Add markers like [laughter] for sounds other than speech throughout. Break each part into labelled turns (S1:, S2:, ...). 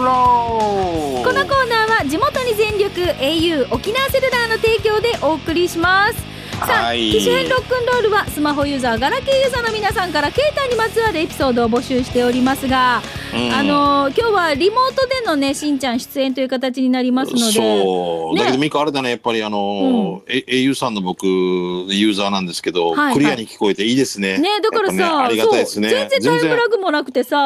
S1: こ
S2: ロ
S1: のコーナーは地元に全力 au 沖縄セルラーの提供でお送りしますさあ、
S2: はい
S1: 機種編ロックンロールはスマホユーザーガラケーユーザーの皆さんから携帯にまつわるエピソードを募集しておりますが、
S2: うん
S1: あのー今日はリモートでのねしんちゃん出演という形になりますので
S2: そう、
S1: ね
S2: だけどミカあれだねやっぱりあの、え au さんの僕ユーザーなんですけど、
S1: はいはい
S2: クリアに聞こえていいですね
S1: ねだからさ、
S2: やっぱねありがたいですね
S1: そう全然タイムラグもなくてさ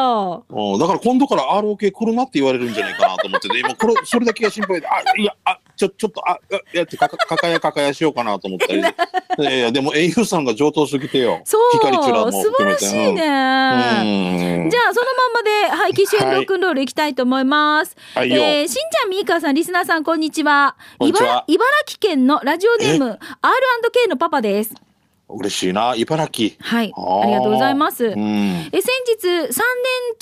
S2: うんだから今度から ROK 来るなって言われるんじゃないかなと思っ
S1: [laughs]
S2: てて、今これ、それだけが心配で、あ、いや、あ、ちょ、ちょっと、あ、あいやってかか、かかやかかやしようかなと思
S1: [laughs]
S2: ったり。いやいや、でも au さんが上等すぎてよ。
S1: そう
S2: 光ちらも
S1: 素晴
S2: 含め
S1: ら
S2: て。
S1: しいね、
S2: うん。うん
S1: じゃあそのまんまではい機種編ロックンロールいきたいと思います、
S2: はいよ。
S1: えー、しんちゃん、みーかーさん、リスナーさん、こんにちは。
S2: こんにちは
S1: 茨茨城県のラジオネーム、R&K のパパです。
S2: 嬉しいな、茨城。
S1: はい。
S2: ー
S1: ありがとうございます。
S2: う
S1: え
S2: ん。
S1: 先日、3年ち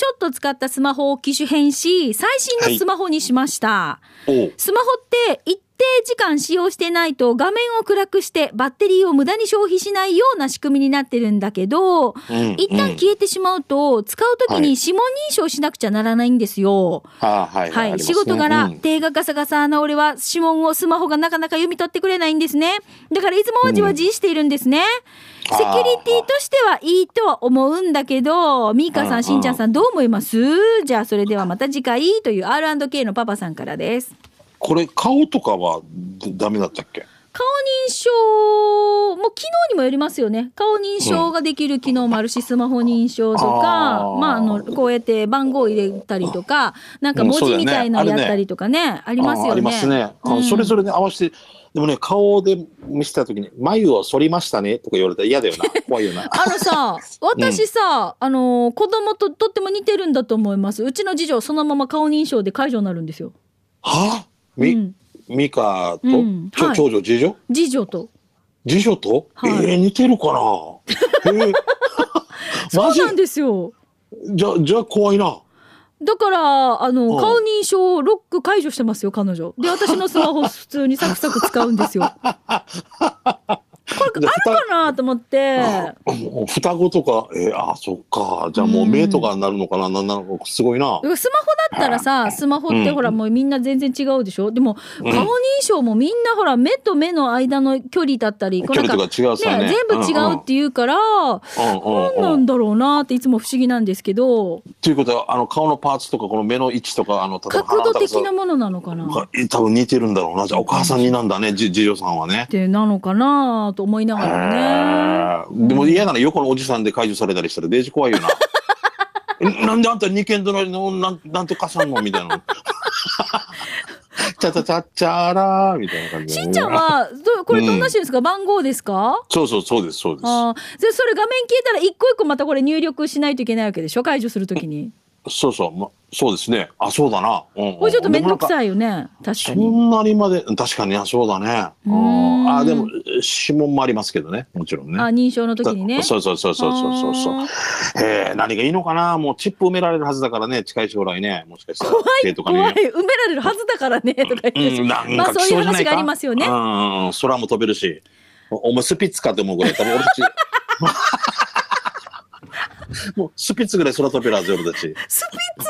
S1: ょっと使ったスマホを機種変し、最新のスマホにしました。
S2: おう
S1: スマホって一定時間使用してないと画面を暗くしてバッテリーを無駄に消費しないような仕組みになってるんだけど、
S2: うん
S1: 一旦
S2: うん
S1: 消えてしまうと、使う時
S2: は
S1: に
S2: い
S1: 指紋認証しなくちゃならないんですよ。
S2: あはい。
S1: は
S2: ありま
S1: い、
S2: す
S1: 仕事柄、
S2: ねうん
S1: 手がガサガサな俺は指紋をスマホがなかなか読み取ってくれないんですね。だからいつもじわじしているんですね。
S2: うん
S1: セキュリティとしてはいいとは思うんだけど、ミーカ
S2: うん
S1: さ
S2: うん
S1: ん、しんちゃんさんどう思いますじゃあそれではまた次回という R&K のパパさんからです。
S2: これ、顔とかはダメだったっけ
S1: 顔認証も機能にもよりますよね。顔認証ができる機能もあるし、スマホ認証とか、
S2: あー
S1: まあ、あの、こうやって番号を入れたりとか、なんか
S2: うん
S1: 文
S2: そうだ
S1: 字
S2: よね
S1: みたいなのやったりとかね、ありますよね。
S2: あありますね。あの
S1: うん
S2: それぞれに合わせて、でもね、顔で見せたときに、眉を反りましたねとか言われたら嫌
S1: [laughs]
S2: だよな。怖いよな。
S1: あの
S2: [laughs]
S1: さ、私さ、あのー子供ととっても似てるんだと思います。うちの次女、そのまま顔認証で解除になるんですよ。
S2: は
S1: う
S2: み、
S1: ん、
S2: みかと、
S1: うん
S2: ちょ
S1: はい
S2: 長女、次女
S1: 次女と。
S2: 次女と、
S1: はい
S2: えー似 [laughs] てるかなえー
S1: [laughs] そ
S2: マ
S1: う
S2: ジ
S1: なんですよ。
S2: じゃ、じゃあ怖いな。
S1: だから、あの、
S2: うん
S1: 顔認証ロック解除してますよ、彼女。で、私のスマホ普通にサクサク使うんですよ。あ
S2: じゃ
S1: るかなと思って。
S2: あもう双子とか、えー、あ、そっか。じゃあもう目とかになるのかな、なんなのか、すごいな
S1: だ。からスマホだったらさ、スマホってほらもうみんな全然違うでしょでも、
S2: ん
S1: 顔認証もみんなほら目と目の間の距離だったり、
S2: 距離とか
S1: なん
S2: 違うさね。
S1: 全部違うって言うから、
S2: うんう
S1: 何
S2: んうんうん
S1: なんだろうなっていつも不思議なんですけど、
S2: ということは、あの、顔のパーツとか、この目の位置とか、あの、例えば
S1: 角
S2: 鼻と
S1: 度
S2: かそ
S1: 的
S2: う
S1: なものなのかな
S2: ま
S1: っ
S2: あえ多分似てるんだろうな。じゃあ、お母さんになんだね、じ次女さんはね。
S1: てなのかなと思いながらね。
S2: へーでも嫌なら横のおじさんで解除されたりしたら、デージ怖いよな。 [laughs] んなんであんた二軒隣のなんなんとかさんのみたいな。 [laughs] チャチャチャチャラーみたいな感じで
S1: しんちゃんは、どこれと同じですか、番号ですか
S2: そうそう、そうです、そうで
S1: あーでそれ画面消えたら一個一個またこれ入力しないといけないわけでしょ解除するときに。
S2: す。そうそう、ま、そうですね。あ、そうだな。うんうん
S1: これちょっと面倒く
S2: でもなんか
S1: さいよね。確か
S2: そ
S1: に。
S2: んなにまで、確かに、あ、そうだね。
S1: うー
S2: うん
S1: ん
S2: あ、でも、指紋もありますけどね、もちろんね。
S1: あ、認証の時にね。
S2: そうそうそうそうそうそうそう
S1: あ。
S2: えー、何がいいのかなもうチップ埋められるはずだからね、近い将来ね、もしかしたら。
S1: 怖
S2: 手
S1: い、
S2: とか
S1: 怖い。埋
S2: ね。
S1: められるはずだからね、とか言ってるし
S2: うん、なん
S1: まあ
S2: か
S1: そうい
S2: 来
S1: う
S2: そうじゃな
S1: 話
S2: いか。
S1: がありますよね
S2: う。ん、うん空も飛べるし。おお前スピッツかって思うぐらい、多分俺た
S1: [laughs]
S2: ち。もうスピッツぐらい空飛べるはずよ、俺たち。
S1: スピッツ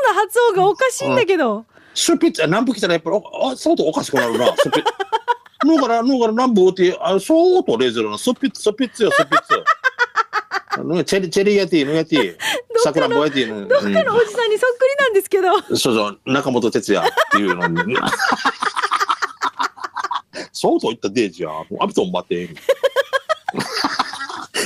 S1: の発音がおかしいんだけど。
S2: スピッツ、あ南部来たらやっぱり、おあ、相当おかしくな
S1: [laughs]
S2: るな、スピッツ。のから、のから南部って、あ、相当レーゼロな、スピッツ、スピッツよ、スピッツ。うんチェリ、チェリーやティー、のやティー、桜ぼやティーの。
S1: どっかのおじさんにそっくりなんですけど。
S2: そうそう、中本哲也っていうのに。そうと言ったデージや、もうアビトン待て。 [laughs]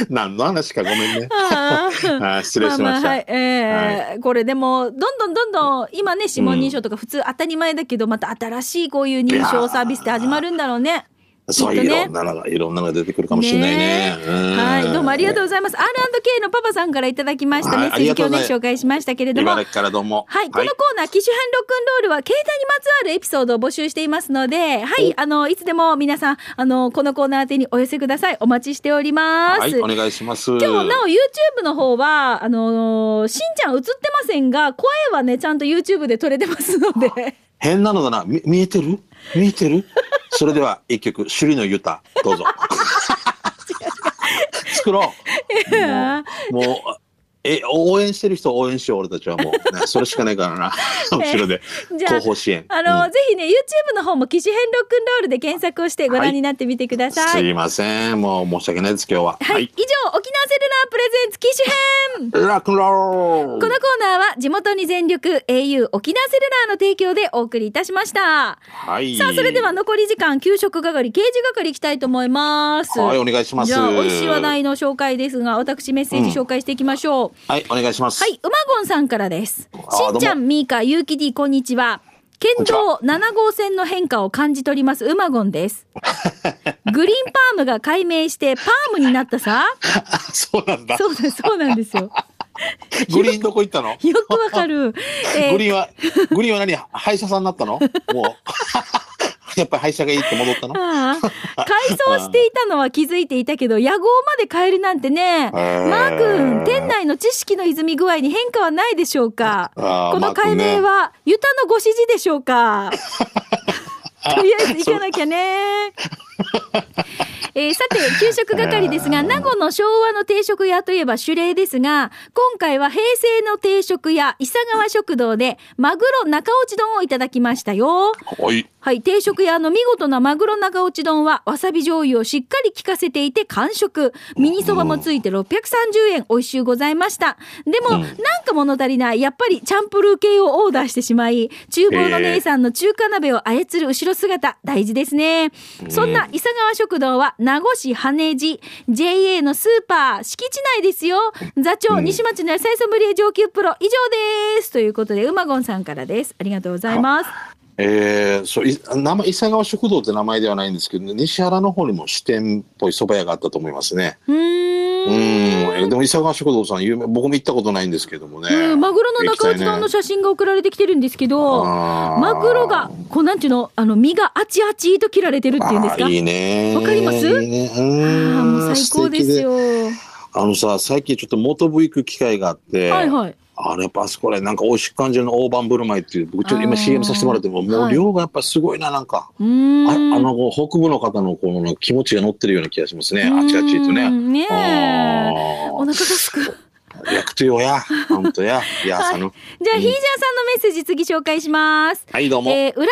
S2: 何の話かごめんね。
S1: あ
S2: あ
S1: ー
S2: ー失礼しました。
S1: ああはい、えーこれでも、どんどんどんどん、今ね、指紋認証とか普通当たり前だけど、また新しいこういう認証サービスって始まるんだろうね。
S2: そう、
S1: きっと
S2: い
S1: ね
S2: ろんなのが、いろんなのが出てくるかもしれないね。うん
S1: はい、どうもありがとうございます。R&K のパパさんからいただきました
S2: は
S1: メ
S2: い
S1: ッ
S2: あ
S1: セ
S2: り
S1: ー
S2: が
S1: ジ
S2: とう
S1: 今
S2: ござ
S1: 日
S2: い
S1: ね、紹介しましたけれども
S2: 茨。城からどうも。
S1: はい、このコーナー、機種編ロックンロールは、携帯にまつわるエピソードを募集していますので、はい、あの、いつでも皆さん、あの、このコーナー宛てにお寄せください。お待ちしております。
S2: はい、お願いします。
S1: 今日なお YouTube の方はあのーしんちゃん映ってませんが声はねちゃんと YouTube で撮れてますので
S2: 変なのだな。み見えてる見えてる [laughs] それでは一曲、首里のユタ、
S1: [laughs]
S2: どうぞ。作ろう。もう、もうえ、応援してる人を応援しよう、俺たちはもう。なそれしかないから
S1: [laughs]
S2: な。後ろで。
S1: じゃあ
S2: 後方支援。
S1: [laughs] あの、
S2: うん
S1: ぜひね YouTube の方も機種変ロックンロールで検索をしてご覧になってみてくださ
S2: す
S1: い。はい
S2: いません。もう申し訳ないです、今日は。はい。
S1: 以上沖縄セルラープレゼンツ機種編
S2: ラックンロー
S1: こ
S2: ル
S1: のコーナーは地元に全力 au 沖縄セルラーの提供でお送りいたしました。
S2: はい。
S1: さあそれでは残り時間給食係刑事係いきたいと思います。
S2: はい、お願いします。
S1: じゃあ美味しい話題
S2: の。
S1: の紹介ですが私メッセージ紹介していきましょう。
S2: はい、お願いします。
S1: はい、うまごんさんからです。
S2: あー
S1: しんちゃん、みーか、ゆうき D、こんにちは。県道7号線の変化を感じ取ります、うまごん
S2: [laughs]
S1: です。グリーンパームが解明して、パームになった
S2: [laughs]
S1: さ。
S2: あ [laughs] そうなんだ。
S1: そうだ、そうなんですよ。
S2: グリーンどこ行ったの
S1: よくわかる。え
S2: グリ
S1: ー
S2: ーンは、グリーンは何歯医者さんになったのもう。 [laughs] やっぱり歯医者がいいって戻ったの
S1: ああ改装していたのは気づいていたけ
S2: [laughs]
S1: ど、野号まで変えるなんてね。マ
S2: ー
S1: ー君、店内の知識の歪み具合に変化はないでしょうか
S2: あー
S1: この解明
S2: マ
S1: は、ユタのご指示でしょう
S2: [laughs]
S1: かとりあえず行かなきゃ
S2: [laughs]
S1: ね。えーさて、給食係ですが、名護の昭和の定食屋といえば主例ですが、今回は平成の定食屋、伊佐川食堂で、マグロ中落ち丼をいただきましたよ。
S2: はい。
S1: はい、定食屋の見事なマグロ中落ち丼は、わさび醤油をしっかり効かせていて完食。ミニそばもついて630円、美味しゅうございました。でも、
S2: うん
S1: なんか物足りない。やっぱりチャンプルー系をオーダーしてしまい、厨房の姉さんの中華鍋を操る後ろ姿、大事ですね。そんな伊佐川食堂は、名護市羽地、JA のスーパー、敷地内ですよ。座長、西町の野菜ソムリエ上級プロ、以上です。ということで、うまごんさんからです。ありがとうございます。
S2: えー、そうい名前伊佐川食堂って名前ではないんですけど、西原の方にも支店っぽい蕎麦屋があったと思いますね。
S1: うーん
S2: うん、えでも伊佐川食堂さん有名、僕も行ったことないんですけどもね。
S1: うん、マグロの中落ち丼の
S2: 行き
S1: 写真が送られてきてるんですけど、
S2: あー
S1: マグロが、こうなんていうの、あの、身があちあちと切られてるったて
S2: い
S1: いうん
S2: ね
S1: ですか。
S2: あーいいね。
S1: わかります
S2: いいね。う
S1: あ
S2: ん
S1: ーもう最高ですよ。
S2: あのさ、最近ちょっと元部行く機会があって、
S1: はいはい。
S2: あれやっぱあそこでなんか美味しく感じるの大盤振る舞いっていう、僕ちょっと
S1: あ
S2: 今
S1: ー
S2: CM させてもらっても、も
S1: は
S2: う
S1: い
S2: 量がやっぱすごいな、なんか。
S1: うーん。
S2: ああの北部の方のこの気持ちが乗ってるような気がしますね、あちあちと
S1: うー
S2: ね。
S1: んねえ。
S2: あー
S1: お腹がすく。
S2: 役とよや、ほんとや、いや
S1: [laughs]
S2: さの。
S1: じゃあ、ヒージャーさんのメッセージ次紹介します。
S2: はい、どうも。
S1: えー、浦添に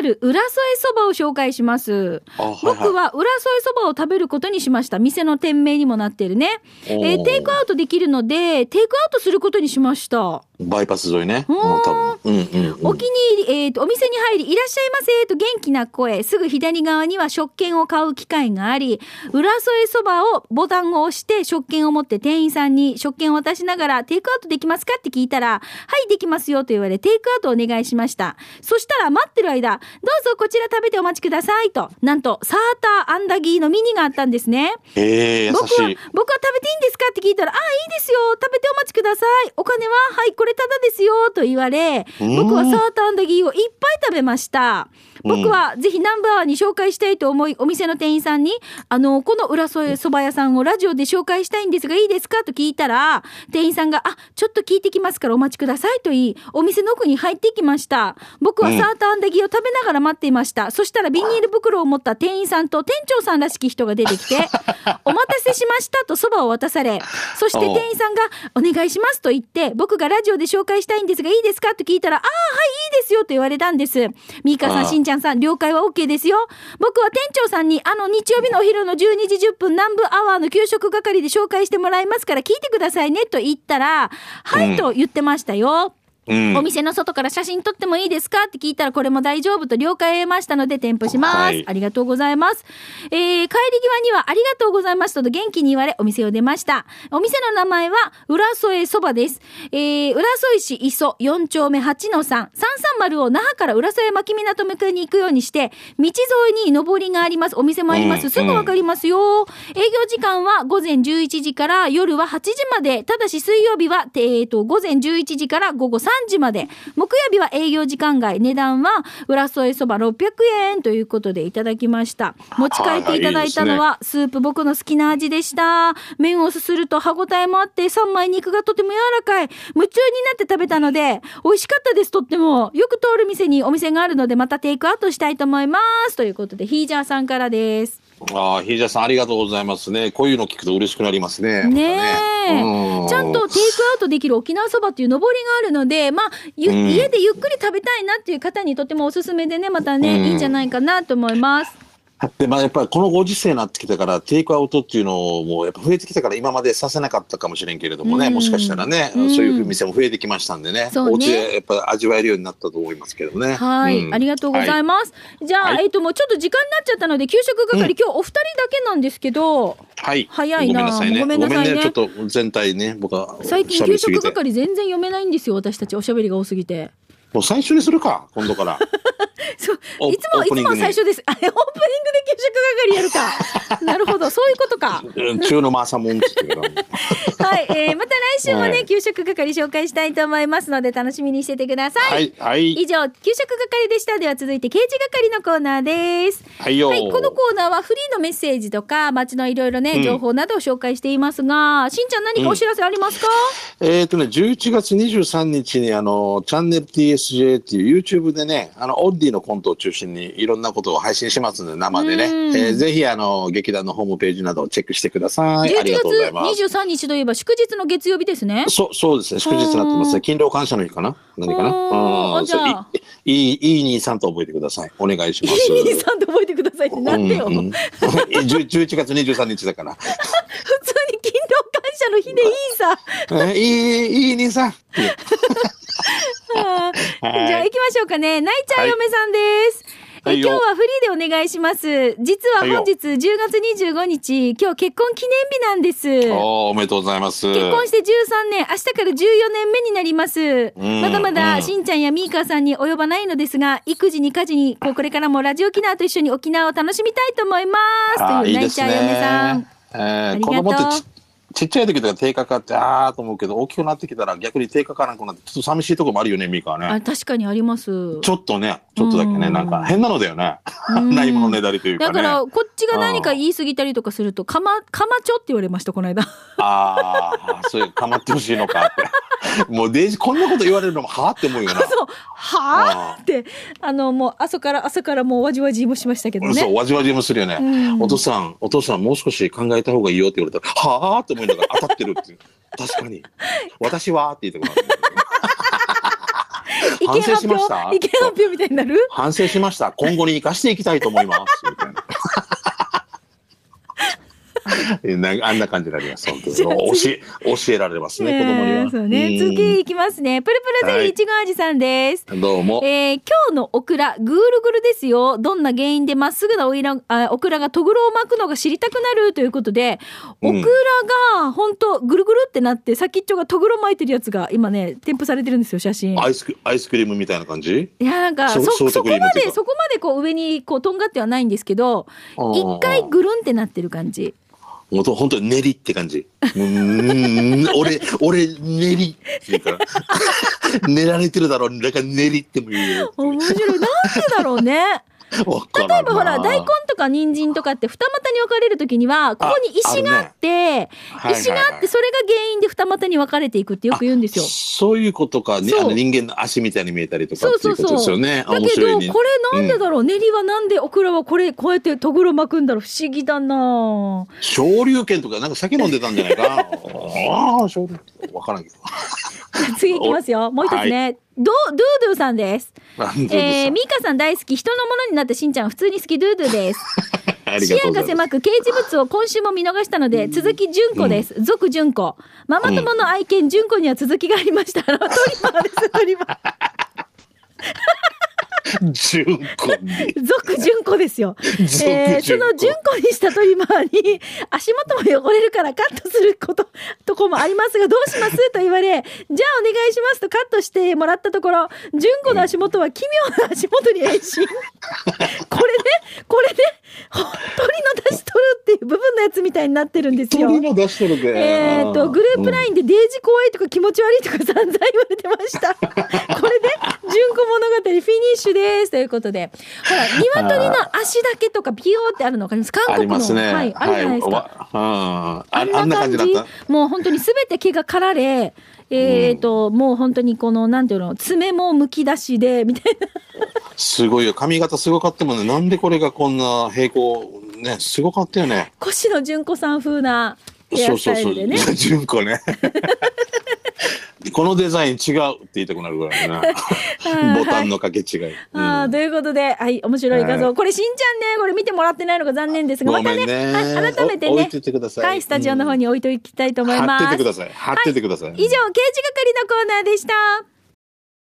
S1: ある浦添そばを紹介します。
S2: あ、はい
S1: 僕は浦添そばを食べることにしました。店の店名にもなってるね。
S2: い
S1: えーテイクアウトできるので、テイクアウトすることにしました。
S2: おーバイパス沿いね。
S1: う
S2: うんん、多分。うん、うんうん。
S1: お気に入り、えーと、お店に入り、いらっしゃいませと元気な声、すぐ左側には食券を買う機会があり、浦添そばをボタンを押して食券を持って店員さんに食券を渡しながら、テイクアウトできますかって聞いたら、はい、できますよと言われ、テイクアウトお願いしました。そしたら待ってる間、どうぞこちら食べてお待ちくださいと、なんと、サーターアンダギーのミニがあったんですね。
S2: えー、優
S1: 僕は
S2: しい。
S1: 僕は食べていいんですかって聞いたら「ああいいですよ食べてお待ちくださいお金ははいこれタダですよ」と言われ
S2: うん
S1: 僕はサーターアンダギーをいっぱい食べました
S2: うん
S1: 僕はぜひナンバーワンに紹介したいと思いお店の店員さんに「あのこの浦添そば屋さんをラジオで紹介したいんですがいいですか?」と聞いたら店員さんが「あちょっと聞いてきますからお待ちください」と言いお店の奥に入っていきました僕は
S2: うん
S1: サーターアンダギーを食べながら待っていましたそしたらビニール袋を持った店員さんと店長さんらしき人が出て
S2: [laughs]
S1: きて「お待たせしました」とそばを渡されそして
S2: おう
S1: 店員さんが「お願いします」と言って僕がラジオで紹介したいんですがいいですかと聞いたら「ああはいいいですよ」と言われたんですミーカさ
S2: あ
S1: ん
S2: あ
S1: しんちゃんさん了解は OK ですよ僕は店長さんにあの日曜日のお昼の12時10分南部アワーの給食係で紹介してもらいますから聞いてくださいねと言ったら「はい」と言ってましたよ、
S2: うん。
S1: お店の外から写真撮ってもいいですかって聞いたらこれも大丈夫と了解を得ましたので添付します、
S2: はい
S1: ありがとうございます、えー帰り際にはありがとうございますと元気に言われお店を出ましたお店の名前は浦添そばです、えー浦添市磯4丁目8の3 330を那覇から浦添牧港向に行くようにして道沿いに上りがありますお店もあります、
S2: うん
S1: すぐわかりますよ、営業時間は午前11時から夜は8時までただし水曜日は、えー、と午前11時から午後3時まで木曜日は営業時間外値段は浦添そば600円ということでいただきました持ち帰っていただいたのはスープ僕の好きな味でした麺をすすると歯ごたえもあって三枚肉がとても柔らかい夢中になって食べたので美味しかったですとってもよく通る店にお店があるのでまたテイクアウトしたいと思いますということでヒージャーさんからです
S2: ああ、ひいじゃさんありがとうございますね。こういうの聞くと嬉しくなりますね。
S1: ねえ
S2: え
S1: ちゃんとテイクアウトできる沖縄そばっていう上りがあるので、まあ、ゆ
S2: うん
S1: 家でゆっくり食べたいなっていう方にとてもおすすめでね、またね、
S2: うん
S1: いいんじゃないかなと思います。
S2: で、まあ、やっぱりこのご時世になってきたから、テイクアウトっていうのも、やっぱ増えてきたから、今までさせなかったかもしれんけれどもね、
S1: うん
S2: もしかしたらね、
S1: うん
S2: そういう店も増えてきましたんでね、
S1: そうね
S2: お家でやっぱ味わえるようになったと思いますけどね。
S1: はい、ありがとうござい
S2: ま
S1: ます。じゃあ、
S2: はい
S1: えっ、と、もうちょっと時間になっちゃったので、給食係、
S2: うん
S1: 今日お二人だけなんですけど、
S2: す。はい。
S1: 早いな
S2: ごめんなさいね。
S1: ご
S2: ご
S1: め
S2: め
S1: ん
S2: ん
S1: な
S2: ね
S1: さいね
S2: ちょっと全体ね、僕は。
S1: 最近
S2: 喋
S1: 給
S2: りすぎ
S1: 食
S2: て
S1: 係全然読めないんですよ、私たち、おしゃべりが多すぎて。
S2: もう最初にするか、今度から。
S1: [laughs] そう
S2: お
S1: いつも、
S2: オ
S1: い
S2: ー
S1: つ
S2: プニング
S1: も
S2: に
S1: 最初です。あれ、オープニングで給食係や
S2: [laughs]
S1: るか。なるほど、そういうことか。
S2: うん中のマーサモンって言う
S1: [laughs]
S2: けど。
S1: はい、えーまた来週もね、
S2: はい
S1: 給食係紹介したいと思いますので、楽しみにしててください。
S2: はい、はい、
S1: 以上、給食係でした。では続いて、刑事係のコーナーです。
S2: はいよ。
S1: はい、このコーナーはフリーのメッセージとか、街のいろいろ
S2: う
S1: ね、
S2: ん
S1: 情報などを紹介していますが、しんちゃん何かお知らせありますか、
S2: えっ、とね、11月23日に、あの、チャンネル TSJ っていう YouTube でね、あの、オッディのコントを中心にいろんなことを配信しますので、生でね。
S1: うん
S2: えーぜひ、あの、劇団のホームページなどをチェックしてください。ありがとうござい
S1: 11
S2: ます。
S1: 月23日といえば祝日の月曜日ですね。
S2: そう、そうですね。祝日になってます
S1: う
S2: ね。
S1: ん
S2: 勤労感謝の日かな何かな
S1: うん
S2: う
S1: あ
S2: ん
S1: じゃあ
S2: そういい、いい、いい兄さんと覚えてください。お願いします。
S1: [laughs] いいさんと覚えてくださいってなんでよ。
S2: う
S1: 普通
S2: う
S1: に
S2: ん [laughs] 11月23日だから。
S1: 勤労感謝の日でいい
S2: [laughs]
S1: さ。
S2: えいい、いい兄さん。
S1: あーじゃあ行きましょうかね。ないちゃん嫁さんです。
S2: はい
S1: え
S2: はい
S1: 今
S2: よ
S1: 日はフリーでお願いします。実は本日10月25日、今日結婚記念日なんです。
S2: おーおめでとうございます。
S1: 結婚して13年、明日から14年目になります。
S2: うん
S1: まだま
S2: う
S1: だ
S2: ん
S1: しんちゃんやみーかさんに及ばないのですが、育児に家事に、こうこれからもラジオ沖縄と一緒に沖縄を楽しみたいと思います。
S2: あ
S1: と
S2: ー
S1: いう
S2: いい
S1: ない
S2: で
S1: ち
S2: す
S1: ゃん
S2: ね。
S1: 嫁さん。
S2: え
S1: あり
S2: ー、
S1: が
S2: 子
S1: とう
S2: 供ってちちっちゃい時とか低価かってああと思うけど大きくなってきたら逆に低価かなくなってちょっと寂しいとこもあるよねミカは
S1: あ
S2: ね
S1: 確かにあります。
S2: ちょっとねちょっとだけ
S1: う
S2: ね
S1: ん
S2: なんか変なのだよね
S1: うん
S2: ないものねだりというか
S1: だ
S2: ね
S1: から、こっちが何か
S2: うん
S1: 言い過ぎたりとかすると、かま、かまちょって言われました、この
S2: [laughs]
S1: 間。
S2: ああそういうかまってほしいのかって [laughs] もうデイジこんなこと言われるのもはあって思うよな
S1: そう、はあって、あの、もう朝から朝からもうわじわじもしましたけど
S2: そう
S1: ね。
S2: わじわじもするよね、
S1: うん
S2: お父さんお父さんもう少し考えた方がいいよって言われたらはあって思いながら当たってるっていう確か
S1: [laughs]
S2: に私はって言ってくる
S1: 意見
S2: 反省
S1: 発
S2: しました
S1: 表意見発表みたいになる
S2: 反省しました。今後に生かしていきたいと思
S1: [laughs]
S2: います。みたいななあんな感じになります。本当に
S1: じゃあ
S2: 教え教えられますね、子供に
S1: え
S2: は。
S1: ーそうね。
S2: うん
S1: 次いきますね。プルプルゼリーいちご味さんです。
S2: どうも。
S1: えー今日のオクラ、ぐるぐるですよ。どんな原因でまっすぐなオイラあオクラがとぐろを巻くのが知りたくなるということで、オ
S2: うん
S1: クラが本当ぐるぐるってなって、先っちょがとぐろ巻いてるやつが今ね、添付されてるんですよ、写真。
S2: アイスクアイスクリームみたいな感じ
S1: いや、なんか、そ、
S2: そ
S1: そ
S2: ソフト
S1: こ
S2: クリーム
S1: ま
S2: っていう
S1: で、
S2: か
S1: そこまでこう上にこうとんがってはないんですけど、
S2: あー
S1: 一回ぐるんってなってる感じ。
S2: もうと本当に練りって感じ。う
S1: [laughs]
S2: ーん、俺、俺、練りっていうから。 [laughs] 練られてるだろう、だから練りっても言うよ。
S1: 面白い。なんでだろうね。例
S2: わから
S1: え
S2: ん
S1: ば
S2: な
S1: ほら大根とか人参とかって二股に分かれるときにはここに石があって
S2: あるね
S1: 石が
S2: はい
S1: あ
S2: はい
S1: っ
S2: は
S1: て
S2: い
S1: それが原因で二股に分かれていくってよく言うんですよ。
S2: そういうことか、ね、
S1: そう
S2: あの人間の足みたいに見えたりとか
S1: そう
S2: って
S1: そ
S2: いううことです
S1: そ
S2: よ
S1: う。
S2: ね。
S1: だ
S2: あ面
S1: け
S2: 白
S1: ど
S2: い
S1: こ
S2: ね
S1: れなんでだろう練りはなんでオクラはこれこうやってとぐろ巻くんだろう不思議だな [laughs] ぁ
S2: 昇竜拳とか、なんか酒飲んでたんじゃないかな。ああ、昇竜拳。わからんけど。
S1: 次いきますよもう一つねドドゥドゥさんです。
S2: なんで
S1: えー、
S2: で
S1: ミカさん大好き人のものになったしんちゃんは普通に好きドゥドゥです。
S2: すか。あり
S1: 視
S2: がとう
S1: 野
S2: ご
S1: が
S2: ざいます。
S1: 狭く刑事物を今週も見逃したので続き純子です、続純子ママ友の愛犬純子には続きがありました、あのトリマーですトリマ
S2: [laughs]
S1: ー
S2: [laughs] 純子に。
S1: 続純子ですよ、
S2: 子
S1: えーその純子にしたトリマーに足元も汚れるからカットすることとこもありますがどうしますと言われじゃあお願いしますとカットしてもらったところ純子の足元は奇妙な足元に変身これねこれねほん鳥の出し取るっていう部分のやつみたいになってるんですよ
S2: 鳥の出してるで。
S1: えー、とグループラ
S2: イ
S1: インでデージ怖いとか気持ち悪いとか散々言われてま
S2: [laughs]
S1: した。これで純子物語フィニッシュですということで、ほ
S2: [laughs]
S1: ら鶏の足だけとかピヨーってあるのわかります？韓
S2: あり
S1: 国の、
S2: ますね。
S1: はいあるじゃないですか。
S2: か。わうん。あ
S1: あん
S2: あん
S1: な
S2: な
S1: 感
S2: 感
S1: じ
S2: じだった。
S1: もう本当にすべて毛が刈られ、えー、と、もう本当にこのなんていうの爪もむき出しでみたいな。
S2: すごいよ。髪型すごかったもんね。なんでこれがこんな平行ね、すごかったよね。
S1: 越野純子さん風なヘ
S2: そう
S1: アス
S2: そう
S1: タイ
S2: そう。
S1: ルでね。 [laughs]
S2: 純子ね。このデザイン違うって言いたくなるぐらいな。ボタンの掛け違い。うん
S1: ああ、ということで、はい、面白い画像。
S2: は
S1: これ、しんちゃんね、これ見てもらってないのが残念ですが、ま
S2: ご
S1: た
S2: めん
S1: ね、
S2: ね。
S1: はい、改めて
S2: お
S1: ね
S2: 置いててください。
S1: はい、スタジオの方に置いておきたいと
S2: うん
S1: 思い
S2: 貼
S1: ま
S2: っ
S1: す。
S2: ててください。貼っててくださ
S1: 以
S2: い。
S1: 上、刑事係のコーナーでした。